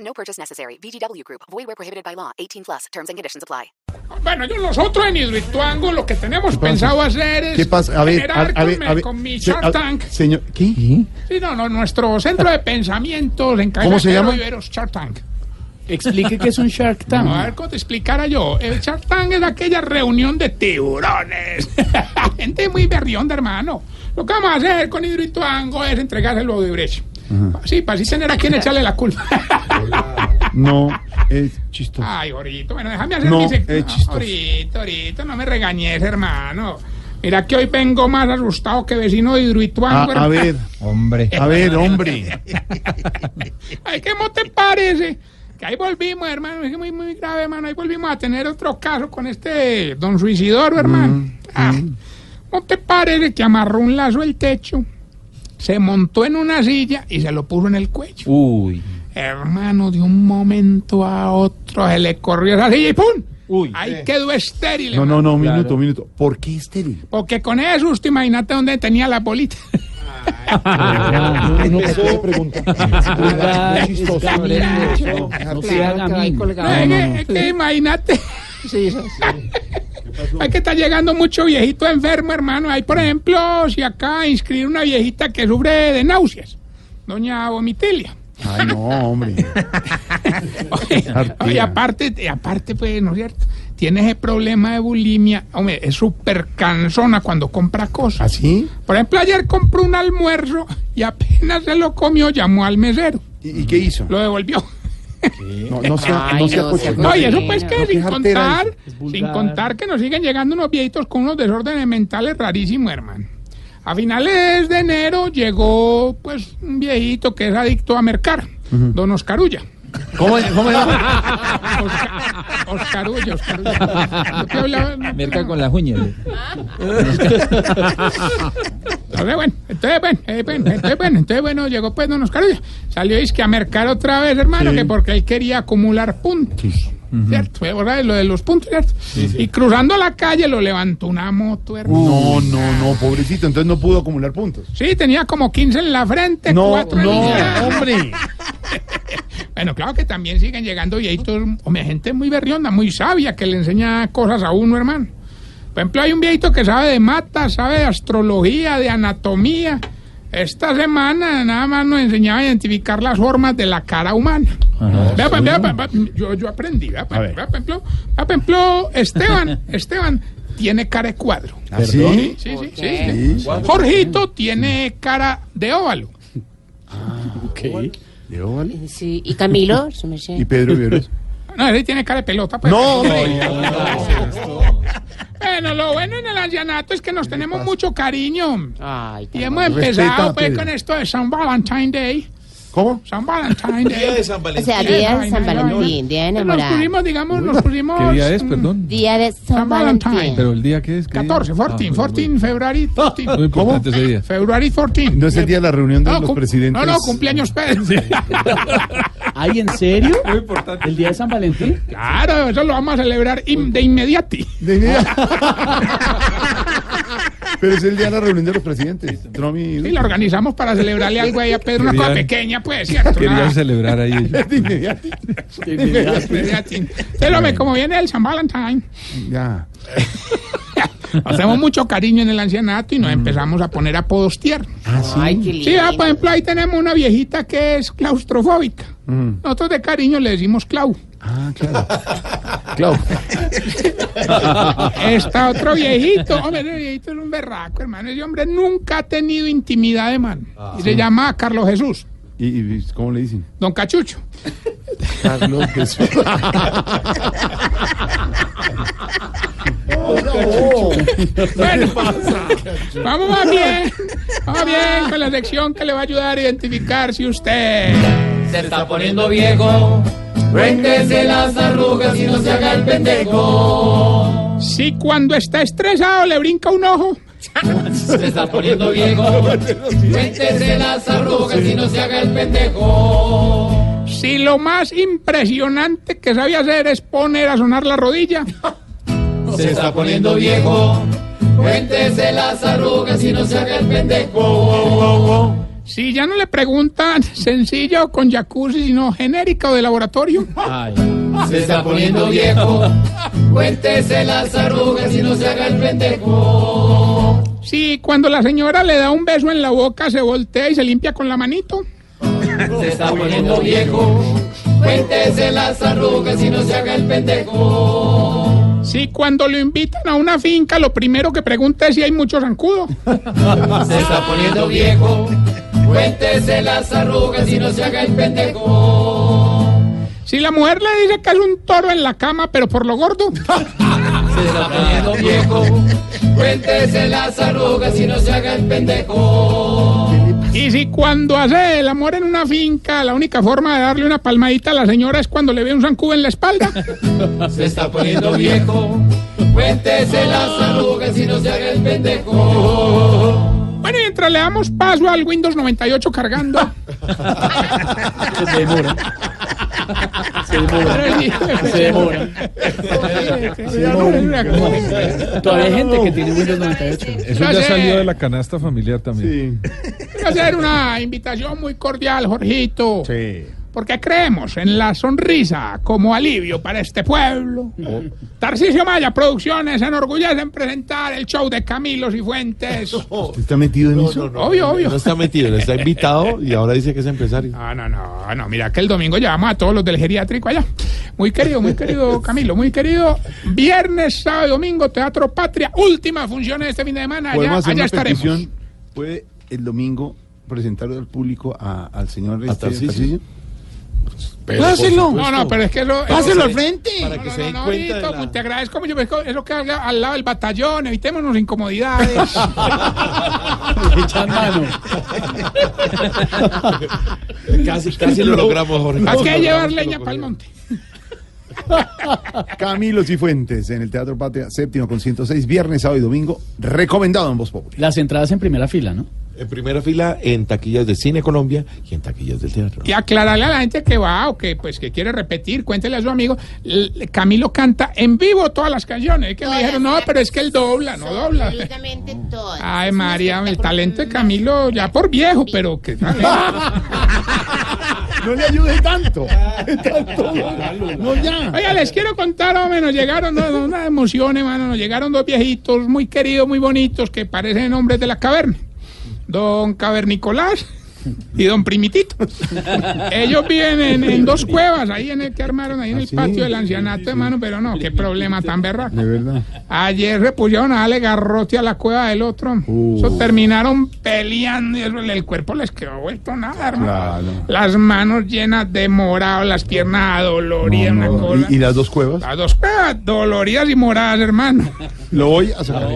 No purchase necessary. VGW Group. Void where prohibited by law. 18 plus. Terms and conditions apply. Bueno, yo nosotros en Hidroituango lo que tenemos pensado hacer es ¿Qué pasa? A ver, a, generar a ver, con, a ver. con mi se- Shark a- Tank. Señor, ¿qué? Sí, no, no, nuestro centro de pensamientos en ¿Cómo se llama? Iberos, Shark Tank. Explique qué es un Shark Tank. A ver, ¿cómo te explicara yo? El Shark Tank es aquella reunión de tiburones. Gente muy berrionda, hermano. Lo que vamos a hacer con Hidroituango es entregárselo a Odebrecht. Sí, para así tener a quien echarle la culpa. No, es chistoso. Ay, Orito, bueno, déjame hacer No, mi sec- es chistoso. Orito, Orito, no me regañes, hermano. Mira que hoy vengo más asustado que vecino de A, Hidroituango, Ah, a hermano. ver, Hombre. a ver, hombre. Ay, ¿qué mo te parece? Que ahí volvimos, hermano. Es que muy, muy grave, hermano. Ahí volvimos a tener otro caso con este don Mm, Suicidoro, hermano. Ah, ¿Cómo te parece que amarró un lazo al techo? Se montó en una silla y se lo puso en el cuello. Uy. Hermano, de un momento a otro se le corrió esa silla y ¡pum! Uy. Ahí quedó estéril. No, hermano. no, no, Claro. minuto, minuto. ¿Por qué estéril? Porque con ese susto, imagínate dónde tenía la bolita. No, no, te preguntar. Ay, Gabriel, no, no se haga amigo. es que, es que imagínate. Hay que está llegando mucho viejito enfermo, hermano. Hay, por ejemplo, si acá inscribir una viejita que sufre de náuseas, doña Vomitilia. Ay, no, hombre. Y aparte, y aparte, pues, ¿no es cierto? Tiene ese problema de bulimia. Hombre, es súper cansona cuando compra cosas. ¿Así? Por ejemplo, ayer compró un almuerzo y apenas se lo comió, llamó al mesero. ¿Y, y qué hizo? Lo devolvió. No, no sea, Ay, no sea no, cochino. No, y eso Bueno, pues que no, sin qué jartera contar, es. Es sin vulgar. contar que nos siguen llegando unos viejitos con unos desórdenes mentales rarísimos, hermano. A finales de enero llegó pues un viejito que es adicto a mercar, don Oscarulla. ¿Cómo, cómo era? Osca- Oscarulla, Oscarulla. Yo te hablaba- Merca con las uñas. Entonces, bueno, entonces, bueno, eh, bueno, entonces, bueno, entonces, bueno, llegó pues Don Oscar. Villa. Salió es que a mercar otra vez, hermano, que porque él quería acumular puntos. ¿Cierto? Eh, ¿verdad? Lo de los puntos, ¿cierto? Y cruzando la calle lo levantó una moto, hermano. No, no, no, pobrecito. Entonces no pudo acumular puntos. Sí, tenía como 15 en la frente, No, 4 en la no, hombre. Bueno, claro que también siguen llegando viejitos, hombre, gente muy berrionda, muy sabia, que le enseña cosas a uno, hermano. Por ejemplo, hay un viejito que sabe de matas, sabe de astrología, de anatomía. Esta semana nada más nos enseñaba a identificar las formas de la cara humana. Vea, pues, vea, pues, vea, yo, yo aprendí, vea, pues, A ver. vea, por ejemplo, vea, por ejemplo, Esteban, Esteban tiene cara de cuadro. Ah, ¿Así? Sí, sí, sí, sí. Jorgito tiene cara de óvalo. Yo, vale. Sí, y Camilo, su merced. ¿Y Pedro Viveros? No, ese tiene cara de pelota. Pues. No, hombre. Bueno, lo bueno en el ancianato es que nos tenemos mucho cariño. Ay, Y hemos Respeta, empezado pues, Pedro. con esto de San Valentine Day. ¿Cómo? San Valentine Day. o sea, día de San Ay, no, no. Valentín, día de Nos enamorado. pusimos, digamos, nos pusimos. ¿Qué día es, mm, perdón? Día de San San Valentín. Valentín. ¿Pero el día qué es? ¿Qué día? 14, 14, Ah, 14, Muy, February 14. muy importante ese día. February 14. No es el día de la reunión de No, los cum- no, presidentes. no, cumpleaños Pedro. Ay, ¿en serio? ¿El día de San Valentín? Claro, eso lo vamos a celebrar in- de inmediati. De idea. Pero es el día de la reunión de los presidentes. Trump y... Y lo organizamos para celebrarle algo ahí a Pedro, una cosa Querían- pequeña, pues, ¿cierto? Una- Querían celebrar ahí. ellos. De inmediato. inmediati. Pero hombre, como viene el San Valentine. Ya. Hacemos mucho cariño en el ancianato y Mm. nos empezamos a poner apodos tiernos. Ay, qué lindo. Sí, ah, por ejemplo, ahí tenemos una viejita que es claustrofóbica. Nosotros de cariño le decimos Clau. Mm. Ah, claro. Claro. Está otro viejito. Hombre, ese viejito es un berraco, hermano. Ese hombre nunca ha tenido intimidad, hermano. Ah. y se llama Carlos Jesús, ¿Y, y cómo le dicen? don Cachucho. Carlos Jesús. Bueno, vamos más bien. Vamos bien con la sección que le va a ayudar a identificar si usted se está poniendo viejo. Cuéntese las arrugas y no se haga el pendejo. Si cuando está estresado le brinca un ojo. Se está poniendo viejo. Cuéntese las arrugas y no se haga el pendejo. Si lo más impresionante que sabe hacer es poner a sonar la rodilla. Se está poniendo viejo. Cuéntese las arrugas y no se haga el pendejo. Si ya no le preguntan sencilla o con jacuzzi, sino genérica o de laboratorio. Se está poniendo viejo. Cuéntese las arrugas y no se haga el pendejo. Si cuando la señora le da un beso en la boca, se voltea y se limpia con la manito. Se está poniendo viejo. Cuéntese las arrugas y no se haga el pendejo. Si cuando lo invitan a una finca, lo primero que pregunta es si hay mucho zancudo. Se está poniendo viejo. Cuéntese las arrugas y no se haga el pendejo. Si la mujer le dice que es un toro en la cama, pero por lo gordo. Se está poniendo viejo. Cuéntese las arrugas y no se haga el pendejo. Y si cuando hace el amor en una finca, la única forma de darle una palmadita a la señora es cuando le ve un zancudo en la espalda. Se está poniendo viejo. Cuéntese las arrugas y no se haga el pendejo. Bueno, y mientras le damos paso al Windows 98 cargando. Se demora. Se demora. Se demora. Todavía hay gente que tiene Windows 98. Eso ya salió de la canasta familiar también. Sí. Quiero hacer una invitación muy cordial, Jorgito. Sí. Porque creemos en la sonrisa como alivio para este pueblo. Tarcisio Maya Producciones se enorgullece en presentar el show de Camilo Cifuentes. ¿Está metido en eso? Obvio, obvio. Ah, No está metido, no está invitado y ahora dice que es empresario. No, no, no, no, mira que el domingo llevamos a todos los del geriátrico allá. Muy querido, muy querido Camilo, muy querido. Viernes, sábado y domingo, Teatro Patria, últimas funciones este fin de semana, allá, Podemos hacer allá una estaremos. petición. ¿Puede el domingo presentar al público a- al señor este, Tarcisio. Tarcisio? Páselo. No, no, pero es que eso... Páselo eso- al frente. Para No, que no, se no, den no, cuenta de Nito, la- Te agradezco mucho, pero es que es lo que habla al lado del batallón, evitémonos incomodidades. Echan mano. Casi, casi lo logramos, Jorge. Más que Logramos llevar lo leña podíamos. para el monte. Camilo Cifuentes en el Teatro Patria, séptimo con 106, viernes, sábado y domingo. Recomendado en Voz Populi. Las entradas en primera fila, ¿no? En primera fila en taquillas de Cine Colombia y en taquillas del teatro. Y aclararle a la gente que va o que pues que quiere repetir, cuéntele a su amigo, l- Camilo canta en vivo todas las canciones. Es que le dijeron, no, pero es que él dobla, no Ah, dobla. Absolutamente todas. Ay, Es un María, el espectáculo talento de más- Camilo, ya por viejo, pero que... No le ayude tanto. tanto. No, ya. Oiga, les quiero contar, hombre, nos llegaron no, no, una emoción, hermano, nos llegaron dos viejitos muy queridos, muy bonitos, que parecen hombres de la caverna. Don Cavernicolás y Don Primitito. Ellos viven en, en dos cuevas, ahí en el que armaron, ahí en Ah, el patio del ancianato, hermano, pero no, qué problema tan berraco. De verdad. Ayer repusieron a darle garrote a la cueva del otro. Uh. Eso terminaron peleando y eso, el cuerpo les quedó vuelto nada, hermano. Claro. Las manos llenas de morado, las piernas doloridas, No, una no. cola. ¿Y, y las dos cuevas. Las dos cuevas doloridas y moradas, hermano. Lo voy a sacar.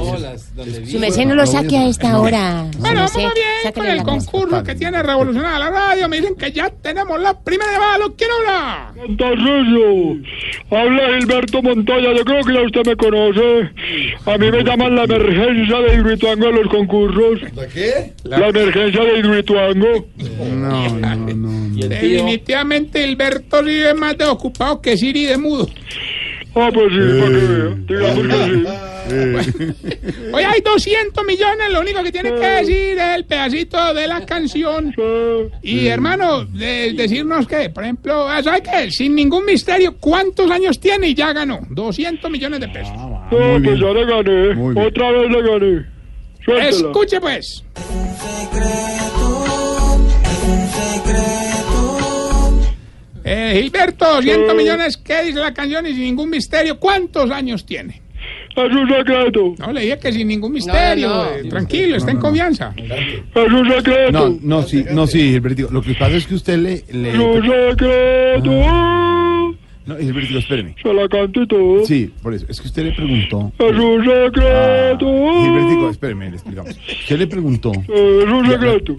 Su merced no lo saque a esta hora. Su Bueno, vamos merced, bien pues. con sáquele el la concurso que tiene revolucionada la radio. Me dicen que ya tenemos la primera llamada. ¿Lo quiero hablar? Tarcillo, habla Gilberto Montoya, yo creo que ya usted me conoce. A mí me llaman la emergencia de Hidroituango en los concursos. ¿La qué? La emergencia de Hidroituango. No, no, no. Definitivamente Hilberto vive más desocupado que Siri de mudo. Ah, pues sí, para que Eh. vea. Digamos que sí. Hoy hay 200 millones, lo único que tiene que decir es el pedacito de la canción. Eh, Y hermano, de- decirnos que, por ejemplo, ah, ¿sabe qué? Sin ningún misterio, ¿cuántos años tiene? Y ya ganó 200 millones de pesos. ah, pues ya le Muy bien. gané. Otra vez le gané. Suéltela. Escuche pues. Eh, Gilberto, 200 millones, ¿qué dice la canción? Y sin ningún misterio, ¿cuántos años tiene? Es un secreto. No, le dije que sin ningún misterio. no. eh, tranquilo, está en confianza. Es un secreto. No, no, sí, no, sí, Gilbertico. Lo que pasa es que usted le. Es un le secreto. no, Gilbertico, espéreme. Se la canto y todo. Sí, por eso. Es que usted le preguntó. Es un Ah, secreto. Gilbertico, espéreme, le explicamos. Usted le preguntó. Eh, Es un Ya, ya. secreto.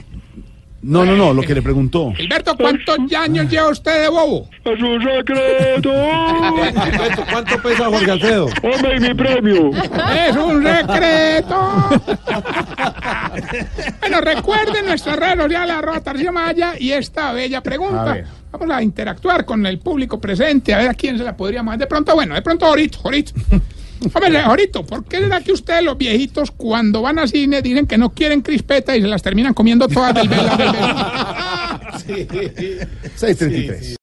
No, no, no, lo que le preguntó. Gilberto, ¿cuántos años lleva usted de bobo? ¡Es un secreto! Gilberto, ¿cuánto pesa Jorge Alfredo? ¡Hombre, y mi premio! ¡Es un secreto! bueno, recuerden nuestra red social arroba Tarcisio Maya y esta bella pregunta. A ver. Vamos a interactuar con el público presente, a ver a quién se la podría más. De pronto, bueno, de pronto, ahorita, ahorita. Hombre, ahorita, ¿por qué será que ustedes, los viejitos, cuando van al cine, dicen que no quieren crispeta y se las terminan comiendo todas del vela, del vela? Sí. 633.